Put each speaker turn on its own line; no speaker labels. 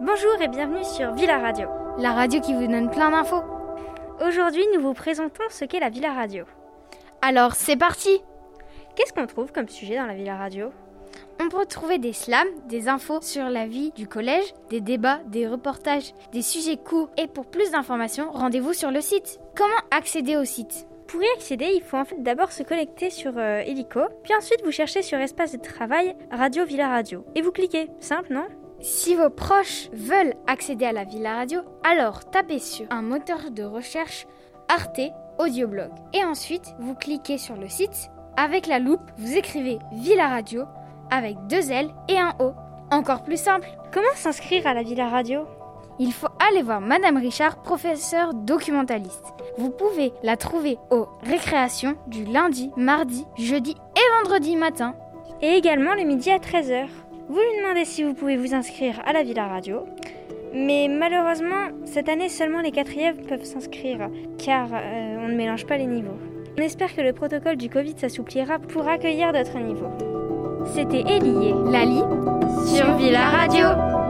Bonjour et bienvenue sur Villa Radio.
La radio qui vous donne plein d'infos.
Aujourd'hui, nous vous présentons ce qu'est la Villa Radio.
Alors c'est parti
Qu'est-ce qu'on trouve comme sujet dans la Villa Radio
On peut trouver des slams, des infos sur la vie du collège, des débats, des reportages, des sujets courts. Et pour plus d'informations, rendez-vous sur le site. Comment accéder au site
Pour y accéder, il faut en fait d'abord se connecter sur euh, Helico, puis ensuite vous cherchez sur espace de travail Radio Villa Radio. Et vous cliquez. Simple, non
Si vos proches veulent accéder à la Villa Radio, alors tapez sur un moteur de recherche Arte Audioblog. Et ensuite, vous cliquez sur le site. Avec la loupe, vous écrivez Villa Radio avec deux L et un O. Encore plus simple,
Comment s'inscrire à la Villa Radio
il faut aller voir Madame Richard, professeure documentaliste. Vous pouvez la trouver aux récréations du lundi, mardi, jeudi et vendredi matin.
Et également le midi à 13h. Vous lui demandez si vous pouvez vous inscrire à la Villa Radio. Mais malheureusement, cette année seulement les quatrièmes peuvent s'inscrire, car euh, on ne mélange pas les niveaux. On espère que le protocole du Covid s'assouplira pour accueillir d'autres niveaux. C'était Elie
Lali
sur Villa Radio.